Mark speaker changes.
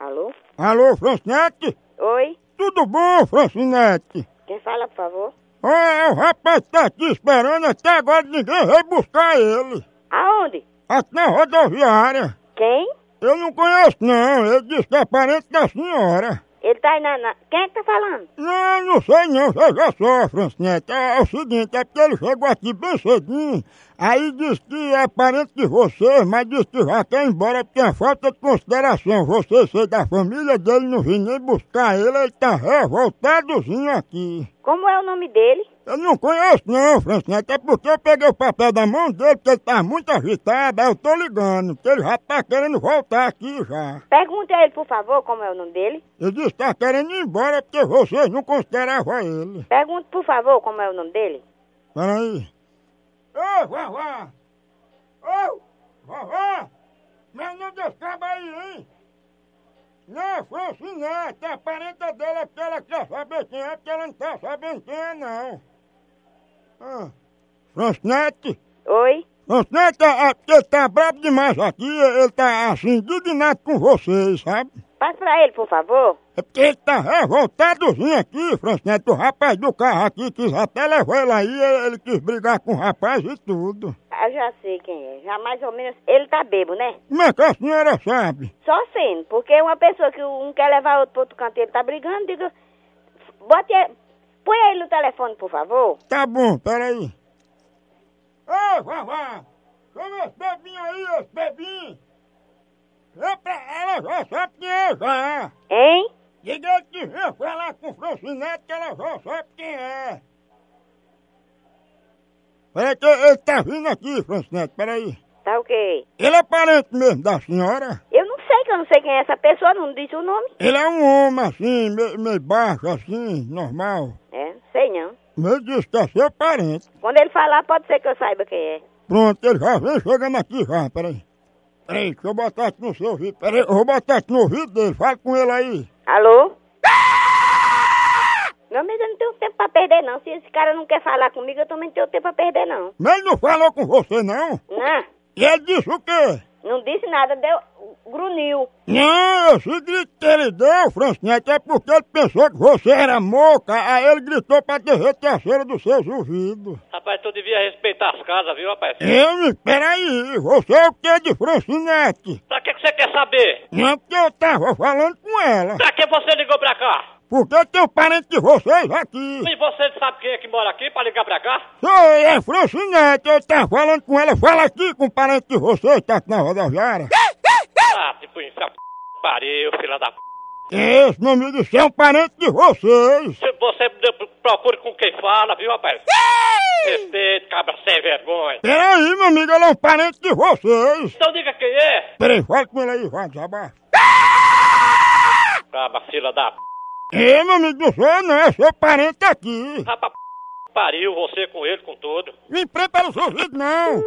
Speaker 1: Alô?
Speaker 2: Alô, Francinete?
Speaker 1: Oi?
Speaker 2: Tudo bom, Francinete?
Speaker 1: Quem fala, por favor?
Speaker 2: Ó, é o rapaz que tá te esperando até agora, ninguém veio buscar ele.
Speaker 1: Aonde?
Speaker 2: Até na rodoviária.
Speaker 1: Quem?
Speaker 2: Eu não conheço não, ele disse que é parente da senhora.
Speaker 1: Ele tá aí na... na- Quem é que tá falando?
Speaker 2: Não, não sei não, veja só, Francinete. É, é o seguinte, é porque ele chegou aqui bem cedinho, aí disse que é parente de vocês, mas disse que já quer ir embora porque é falta de consideração. Você ser da família dele, não vim nem buscar ele, ele tá revoltadozinho aqui.
Speaker 1: Como é o nome dele?
Speaker 2: Eu não conheço não, Francinete, é porque eu peguei o papel da mão dele, porque ele tá muito agitado, aí eu tô ligando, porque ele já tá querendo voltar aqui já.
Speaker 1: Pergunte a ele, por favor, como é o nome dele.
Speaker 2: Ele disse que tá querendo ir embora porque vocês não consideravam ele.
Speaker 1: Pergunte, por favor, como é o nome dele.
Speaker 2: Peraí. Ô, vovó! Ô, vovó! Mas não descaba aí, hein? Não, Francinete, a parenta dela é porque ela quer saber quem é, porque ela não tá sabendo quem é, não. Ah. é Francinete?
Speaker 1: Oi?
Speaker 2: Francinete, é é porque ele tá brabo demais aqui, ele tá assim, indignado com vocês, sabe?
Speaker 1: Passa pra ele, por favor.
Speaker 2: É porque ele tá revoltadozinho aqui, Francisco. O rapaz do carro aqui quis até levar ele aí, ele quis brigar com o rapaz e tudo.
Speaker 1: Ah, Eu já sei quem é. Já mais ou menos... Ele tá bebo, né?
Speaker 2: Como é que a senhora sabe?
Speaker 1: Só sendo. Porque uma pessoa que um quer levar outro pro outro canto e ele tá brigando, diga... Bote... ele- Põe ele no telefone, por favor.
Speaker 2: Tá bom, peraí. Ô, vovó! Chama esse bebinho aí, esse bebinho! Vem pra ela, já sabe quem é, já!
Speaker 1: Hein?
Speaker 2: Diga ele que vem falar com o Francinete que ela já sabe quem é! Peraí, que ele tá vindo aqui, Francinete, peraí.
Speaker 1: Tá ok.
Speaker 2: Ele é parente mesmo da senhora?
Speaker 1: Eu não sei, que eu não sei quem é essa pessoa, não disse o nome.
Speaker 2: Ele é um homem assim, meio, meio baixo, assim, normal.
Speaker 1: É, sei não.
Speaker 2: Ele disse que é seu parente.
Speaker 1: Quando ele falar, pode ser que eu saiba quem é.
Speaker 2: Pronto, ele já vem chegando aqui já, peraí. Peraí, deixa eu botar aqui no seu ouvido. Peraí, eu vou botar aqui no ouvido dele, fala com ele aí.
Speaker 1: Alô? Meu amigo, eu não tenho tempo pra perder, não. Se esse cara não quer falar comigo, eu também não tenho tempo pra perder, não.
Speaker 2: Mas ele não falou com você, não?
Speaker 1: Não,
Speaker 2: E ele disse o quê?
Speaker 1: não disse nada, deu grunil.
Speaker 2: Não, esse grito que ele deu, Francinete, é porque ele pensou que você era moca, aí ele gritou pra derreter a cera dos seus ouvidos.
Speaker 3: Rapaz, tu devia respeitar as casas, viu, rapaz?
Speaker 2: Eu, me- peraí, você é o quê de Francinete?
Speaker 3: Pra que que você quer saber?
Speaker 2: Não, porque eu tava falando com ela.
Speaker 3: Pra que você ligou pra cá?
Speaker 2: Porque tem um parente de vocês aqui.
Speaker 3: E você sabe quem é que mora aqui pra ligar pra cá?
Speaker 2: Oi, é Francinete, eu tava falando com ela. Fala aqui com o parente de vocês, tá aqui na rodoviária.
Speaker 3: Ah, tipo, isso é p... pariu, filha da p...
Speaker 2: Esse, meu amigo, isso é um parente de vocês.
Speaker 3: Se Você de- procure com quem fala, viu, rapaz? Respeito, cabra sem vergonha.
Speaker 2: Peraí, meu amigo, ele é um parente de vocês.
Speaker 3: Então diga quem é.
Speaker 2: Peraí, fala com ele aí, vai desabar.
Speaker 3: Cabra, filha da p...
Speaker 2: Ei, meu amigo, não sou eu não, é seu parente aqui.
Speaker 3: Rapaz, p... pariu você com ele, com tudo.
Speaker 2: Me prepara os ouvidos, não.